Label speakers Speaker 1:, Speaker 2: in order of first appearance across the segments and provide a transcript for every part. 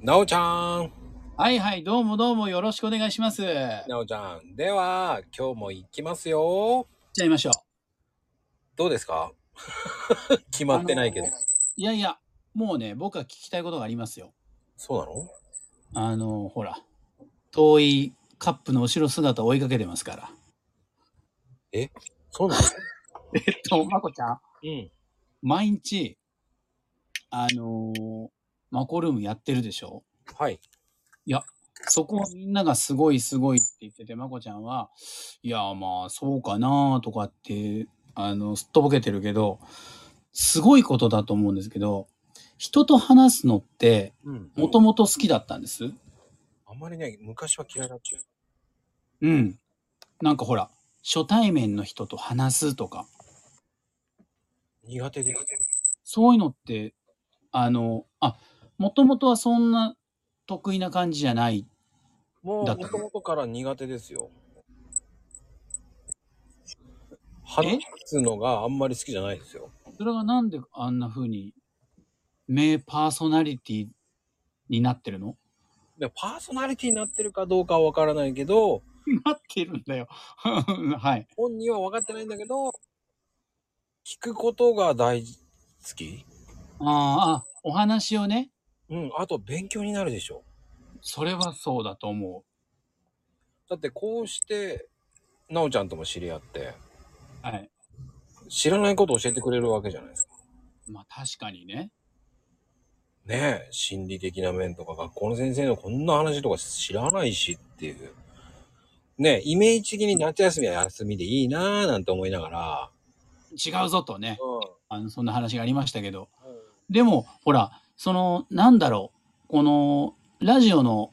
Speaker 1: なおちゃん。
Speaker 2: はいはい、どうもどうもよろしくお願いします。じゃ
Speaker 1: なおちゃん。では、今日も行きますよ。
Speaker 2: あいましょう。
Speaker 1: どうですか 決まってないけど
Speaker 2: あ。のいやいや、もうね、僕は聞きたいことがありますよ。
Speaker 1: そうなの
Speaker 2: あの、ほら、遠いカップの後ろ姿を追いかけてますから。
Speaker 1: そうなの
Speaker 2: えっと、まこちゃん、
Speaker 1: うん。
Speaker 2: 毎日、あのーマコルームやってるでしょ
Speaker 1: はい。
Speaker 2: そこはみんながすごいすごいって言ってて、まこちゃんは、いや、まあ、そうかなとかって、あの、すっとぼけてるけど、すごいことだと思うんですけど、人と話すのって、
Speaker 1: うん
Speaker 2: もともと好きだったんです。
Speaker 1: あんまりね、昔は嫌いだっちゅう。
Speaker 2: うん。なんかほら、初対面の人と話すとか、
Speaker 1: 苦手で。
Speaker 2: そういうのって、あの、あ、もともとはそんな得意な感じじゃない。
Speaker 1: もう、
Speaker 2: だっ
Speaker 1: も
Speaker 2: たの
Speaker 1: ともとから苦手ですよ。話すのがあんまり好きじゃないですよ。
Speaker 2: それがなんであんな風に、名パーソナリティになってるの
Speaker 1: でパーソナリティになってるかどうかはわからないけど、
Speaker 2: なってるんだよ。 はい。
Speaker 1: 本人は分かってないんだけど、聞くことが大事好き
Speaker 2: あーあ、お話をね、
Speaker 1: うん、あと勉強になるでしょ。
Speaker 2: それはそうだと思
Speaker 1: だってこうして、なおちゃんとも知り合って、
Speaker 2: う。はい。
Speaker 1: 知らないことを教えてくれるわけじゃないですか。
Speaker 2: まあ確かにね。
Speaker 1: ねえ、心理的な面とか、学校の先生のこんな話とか知らないしっていう。ねえ、イメージ的に夏休みは休みでいいなぁなんて思いながら。
Speaker 2: 違うぞとね、
Speaker 1: う
Speaker 2: あのそんな話がありましたけど。
Speaker 1: ん。
Speaker 2: でも、ほら、その、なんだろう、この、ラジオの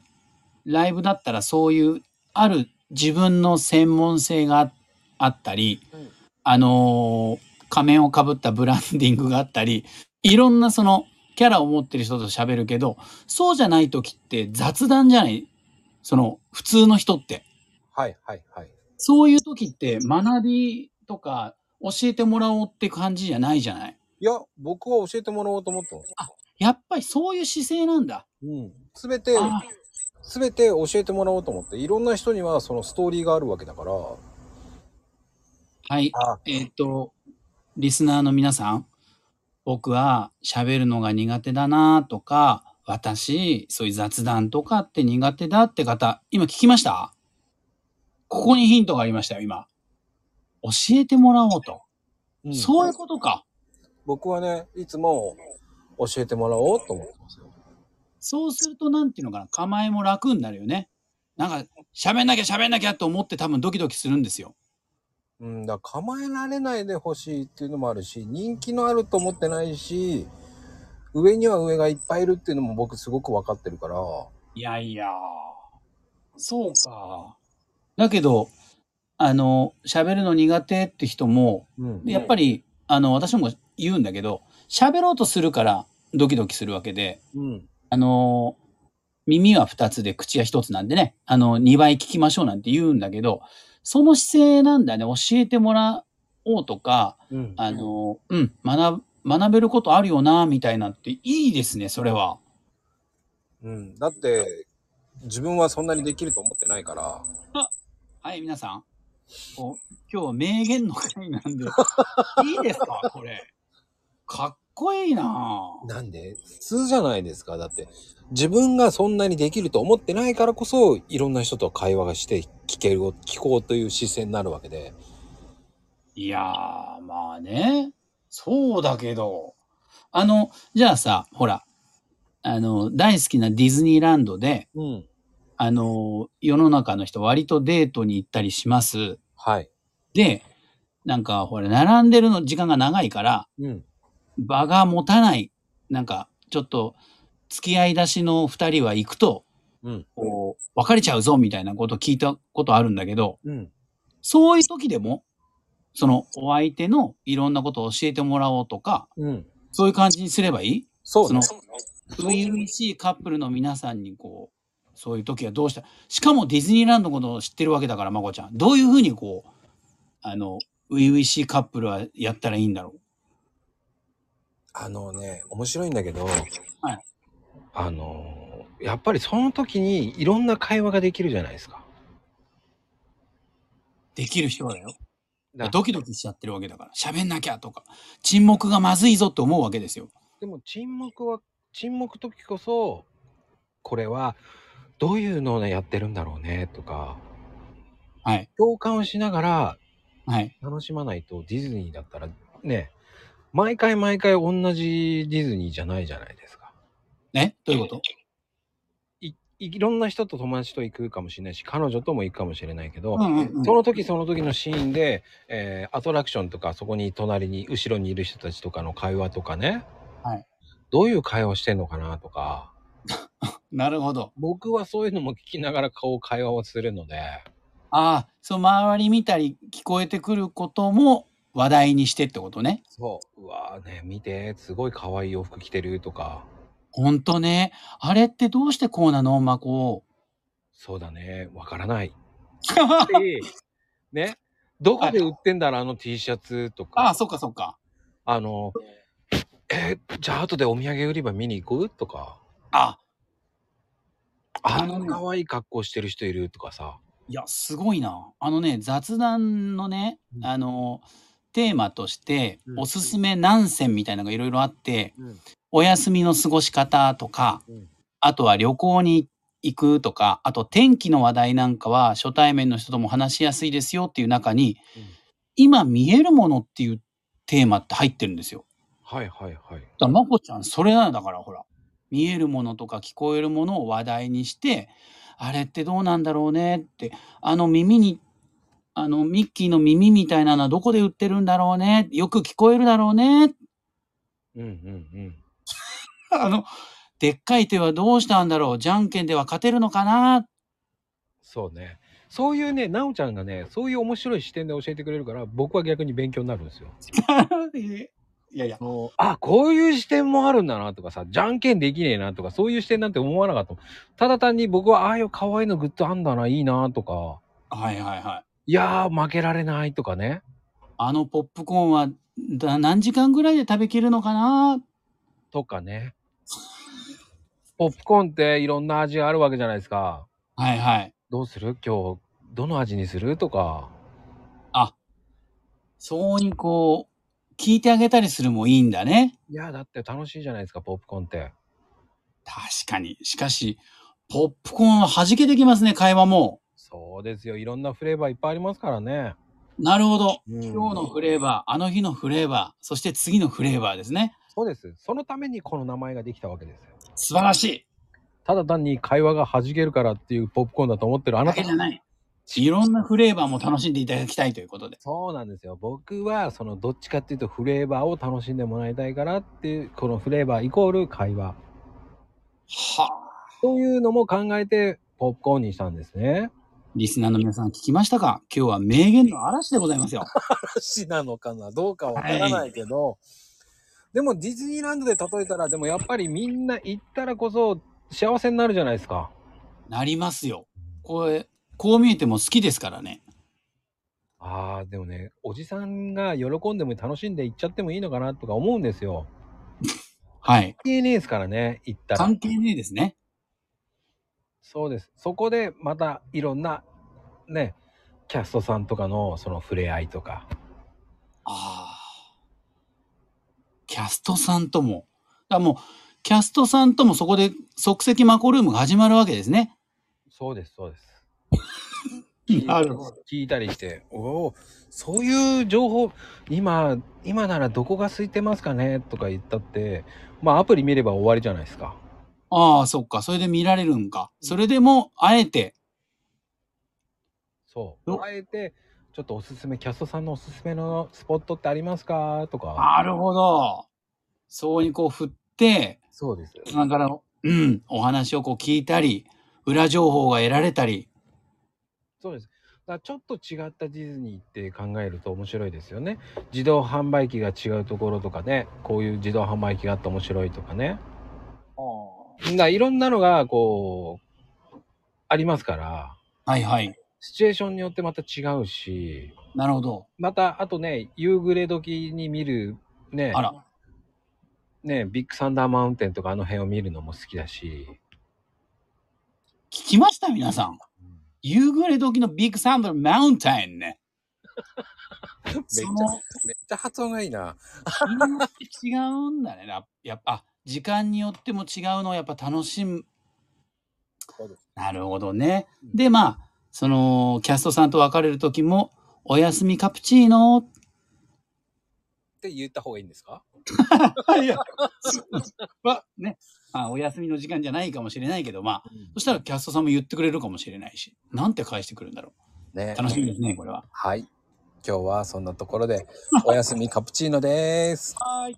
Speaker 2: ライブだったら、そういう、ある自分の専門性がああったり、
Speaker 1: うん
Speaker 2: あのー仮面をかぶったブランディングがあったり、いろんなその、キャラを持ってる人と喋るけど、そうじゃない時って雑談じゃないその、普通の人って。
Speaker 1: はいはいはい。
Speaker 2: そういう時って学びとか教えてもらおうって感じじゃないじゃない
Speaker 1: いや、僕は教えてもらおうと思ってます。
Speaker 2: やっぱりそういう姿勢なんだ。
Speaker 1: うん。すべて、
Speaker 2: あ
Speaker 1: すべて教えてもらおうと思って、いろんな人にはそのストーリーがあるわけだから。
Speaker 2: はい、
Speaker 1: あ
Speaker 2: えーっ、と、リスナーの皆さん、僕は喋るのが苦手だなとか、私、そういう雑談とかって苦手だって方、今聞きましたここにヒントがありましたよ、今。教えてもらおうと。
Speaker 1: うん
Speaker 2: そういうことか。
Speaker 1: 僕はね、いつも教えてもらおうと思ってますよ。
Speaker 2: そうすると、なんていうのかな、構えも楽になるよね。なんか、喋んなきゃ喋んなきゃと思って多分ドキドキするんですよ。
Speaker 1: うん、だから構えられないでほしいっていうのもあるし、人気のあると思ってないし、上には上がいっぱいいるっていうのも僕すごく分かってるから、
Speaker 2: いやいや、そうか。だけど、あの、喋るの苦手って人も、
Speaker 1: うん
Speaker 2: でやっぱり、あの、私も言うんだけど、喋ろうとするからドキドキするわけで、
Speaker 1: うん、
Speaker 2: あの、耳は二つで口は一つなんでね、あの、二倍聞きましょうなんて言うんだけど、その姿勢なんだね、教えてもらおうとか、
Speaker 1: うん、
Speaker 2: あの、うん、学ぶ、学べることあるよな、みたいなっていいですね、それは。
Speaker 1: うん。だって、自分はそんなにできると思ってないから、
Speaker 2: はい、皆さん。こう今日は名言の回なんで、いいですかこれ。かっこいいなぁ
Speaker 1: なんで普通じゃないですか。だって、自分がそんなにできると思ってないからこそ、いろんな人と会話がして聞ける、聞こうという姿勢になるわけで。
Speaker 2: いやー、まあね。そうだけど。あの、じゃあさ、ほら、あの、大好きなディズニーランドで、
Speaker 1: うん。
Speaker 2: あの、世の中の人割とデートに行ったりします。
Speaker 1: はい。
Speaker 2: で、なんか、ほら、並んでるの時間が長いから、
Speaker 1: うん。
Speaker 2: 場が持たない、なんか、ちょっと、付き合い出しの二人は行くと、
Speaker 1: うん。
Speaker 2: こう、別れちゃうぞみたいなこと聞いたことあるんだけど、
Speaker 1: うん。
Speaker 2: そういう時でも、そのお相手のいろんなことを教えてもらおうとか、
Speaker 1: うん。
Speaker 2: そういう感じにすればいい
Speaker 1: そうね。
Speaker 2: そ初々しいカップルの皆さんにこう、そういう時はどうしたしかもディズニーランドのことを知ってるわけだから、まこちゃん。どういうふうにこう、あの、初々しいカップルはやったらいいんだろ
Speaker 1: あのね、面白いんだけど、
Speaker 2: はい
Speaker 1: あのやっぱりその時にいろんな会話ができるじゃないですか。
Speaker 2: できる人はだよ。
Speaker 1: だ
Speaker 2: ドキドキしちゃってるわけだから。喋んなきゃとか。沈黙がまずいぞって思うわけですよ。
Speaker 1: でも沈黙は沈黙時こそこれはどういうのをねやってるんだろうねとか
Speaker 2: はい。
Speaker 1: 共感をしながら
Speaker 2: はい。
Speaker 1: 楽しまないとディズニーだったらね毎回毎回同じディズニーじゃないじゃないですか。
Speaker 2: ねどういうこと
Speaker 1: いいろんな人と友達と行くかもしれないし彼女とも行くかもしれないけど、
Speaker 2: うんうんうん
Speaker 1: その時その時のシーンで、えーアトラクションとかそこに隣に後ろにいる人たちとかの会話とかね、
Speaker 2: はい
Speaker 1: どういう会話してんのかなとか
Speaker 2: なるほど。
Speaker 1: 僕はそういうのも聞きながらこう会話をするので
Speaker 2: ああ、そう、周り見たり聞こえてくることも話題にしてってことね。
Speaker 1: そううわーね見てすごい可愛い洋服着てるとか
Speaker 2: ほんとね。あれってどうしてこう なのまこ。
Speaker 1: そうだねわからない しねどこで売ってんだろうあの T シャツとか
Speaker 2: ああ、そっかそっか。
Speaker 1: あの、えーじゃあ後でお土産売り場見に行こうとか、
Speaker 2: あ、
Speaker 1: あ
Speaker 2: あの
Speaker 1: ん
Speaker 2: ね
Speaker 1: な可愛い格好してる人いるとかさ、
Speaker 2: いや、すごいな。あのね、雑談のね
Speaker 1: う、ん
Speaker 2: あの、テーマとして
Speaker 1: う、ん
Speaker 2: おすすめ何選みたいなのがいろいろあって、
Speaker 1: うん
Speaker 2: お休みの過ごし方とか、
Speaker 1: うん
Speaker 2: あとは旅行に行くとか、あと天気の話題なんかは初対面の人とも話しやすいですよっていう中に、今見えるものっていうテーマって入ってるんですよ。
Speaker 1: はいはいはい。
Speaker 2: だから、まこちゃん、それなんだから、ほら。見えるものとか聞こえるものを話題にして、あれってどうなんだろうねって、あの耳に、あのミッキーの耳みたいなのはどこで売ってるんだろうねよく聞こえるだろうね
Speaker 1: うんうんうん。
Speaker 2: あの、でっかい手はどうしたんだろうじゃんけんでは勝てるのかな
Speaker 1: そうね。そういうね、なおちゃんがね、そういう面白い視点で教えてくれるから、僕は逆に勉強になるんですよ。
Speaker 2: いやいや、
Speaker 1: あ、こういう視点もあるんだなとかさ、じゃんけんできねえなとか、そういう視点なんて思わなかったもん。ただ単に僕は、ああいう可愛いのグッズあんだな、いいなとか、
Speaker 2: はいはいはい。
Speaker 1: いやー、負けられないとかね。
Speaker 2: あのポップコーンはだ何時間ぐらいで食べきるのかな
Speaker 1: とかね。ポップコーンっていろんな味があるわけじゃないですか。
Speaker 2: はいはい。
Speaker 1: どうする今日、どの味にするとか。
Speaker 2: そうにこう、聞いてあげたりするもいいんだね。
Speaker 1: いや、だって楽しいじゃないですか、ポップコーンって。
Speaker 2: 確かに。しかし、ポップコーンは弾けてきますね、会話も。
Speaker 1: そうですよ。いろんなフレーバーいっぱいありますからね。
Speaker 2: なるほど。
Speaker 1: うん
Speaker 2: 今日のフレーバー、あの日のフレーバー、そして次のフレーバーですね。
Speaker 1: そうです。そのためにこの名前ができたわけですよ。
Speaker 2: 素晴らしい。
Speaker 1: ただ単に会話が弾けるからっていうポップコーンだと思ってるあな
Speaker 2: だ
Speaker 1: た
Speaker 2: けじ。ゃない。いろんなフレーバーも楽しんでいただきたいということで。
Speaker 1: そうなんですよ。僕は、その、どっちかっていうと、フレーバーを楽しんでもらいたいからっていう、このフレーバーイコール会話。
Speaker 2: はあ。
Speaker 1: というのも考えて、ポップコーンにしたんですね。
Speaker 2: リスナーの皆さん聞きましたか今日は名言の嵐でござい ますよ。
Speaker 1: 話なのかなどうかわからないけど、でもディズニーランドで例えたらでもやっぱりみんな行ったらこそ幸せになるじゃないですか
Speaker 2: なりますよ。これ、こう見えても好きですからね。
Speaker 1: あーでもねおじさんが喜んでも楽しんで行っちゃってもいいのかなとか思うんですよ
Speaker 2: は
Speaker 1: 関
Speaker 2: い。
Speaker 1: 係ねえですからね行ったら
Speaker 2: 関係ねえですね。
Speaker 1: そうですそこでまたいろんなねキャストさんとかのその触れ合いとか
Speaker 2: ああ。キャストさんとも。だからもう、キャストさんともそこで即席マコルームが始まるわけですね。
Speaker 1: そうですそうです
Speaker 2: なるほど
Speaker 1: 聞いたりして「おおそういう情報今今ならどこが空いてますかね?」とか言ったってまあアプリ見れば終わりじゃないですか
Speaker 2: ああ、そっか。それで見られるんか。それでも、あえて、
Speaker 1: そう
Speaker 2: お
Speaker 1: あえてちょっとおすすめキャストさんのおすすめのスポットってありますかとか
Speaker 2: なるほど。そうにこう振って、
Speaker 1: そうです
Speaker 2: そのから、うん、お話をこう聞いたり、裏情報が得られたり。
Speaker 1: そうですだからちょっと違ったディズニーって考えると面白いですよね自動販売機が違うところとかねこういう自動販売機があって面白いとかねだからいろんなのがこうありますから
Speaker 2: はいはい。
Speaker 1: シチュエーションによってまた違うし、
Speaker 2: なるほど。
Speaker 1: また、あとね、夕暮れ時に見る、ね
Speaker 2: あ、ら。
Speaker 1: ね、ビッグサンダーマウンテンとかあの辺を見るのも好きだし、
Speaker 2: 聞きました皆さん。夕暮れ時のビッグサンダーマウンテンね。
Speaker 1: めっちゃ
Speaker 2: そ、の
Speaker 1: めっちゃ発音がいいな。
Speaker 2: みんな違うんだね。 なやっぱ、あ時間によっても違うのをやっぱ楽しむ。
Speaker 1: そうです
Speaker 2: なるほどね。
Speaker 1: うん
Speaker 2: で、まあ、その、キャストさんと別れる時も、おやすみカプチーノ
Speaker 1: って言った方がいいんですか
Speaker 2: いや、 まあね、あお休みの時間じゃないかもしれないけど、まあ、そしたらキャストさんも言ってくれるかもしれないし、なんて返してくるんだろ
Speaker 1: ね
Speaker 2: う。楽しみですね、これは。
Speaker 1: はい。今日はそんなところで、おやすみカプチーノです。
Speaker 2: はい。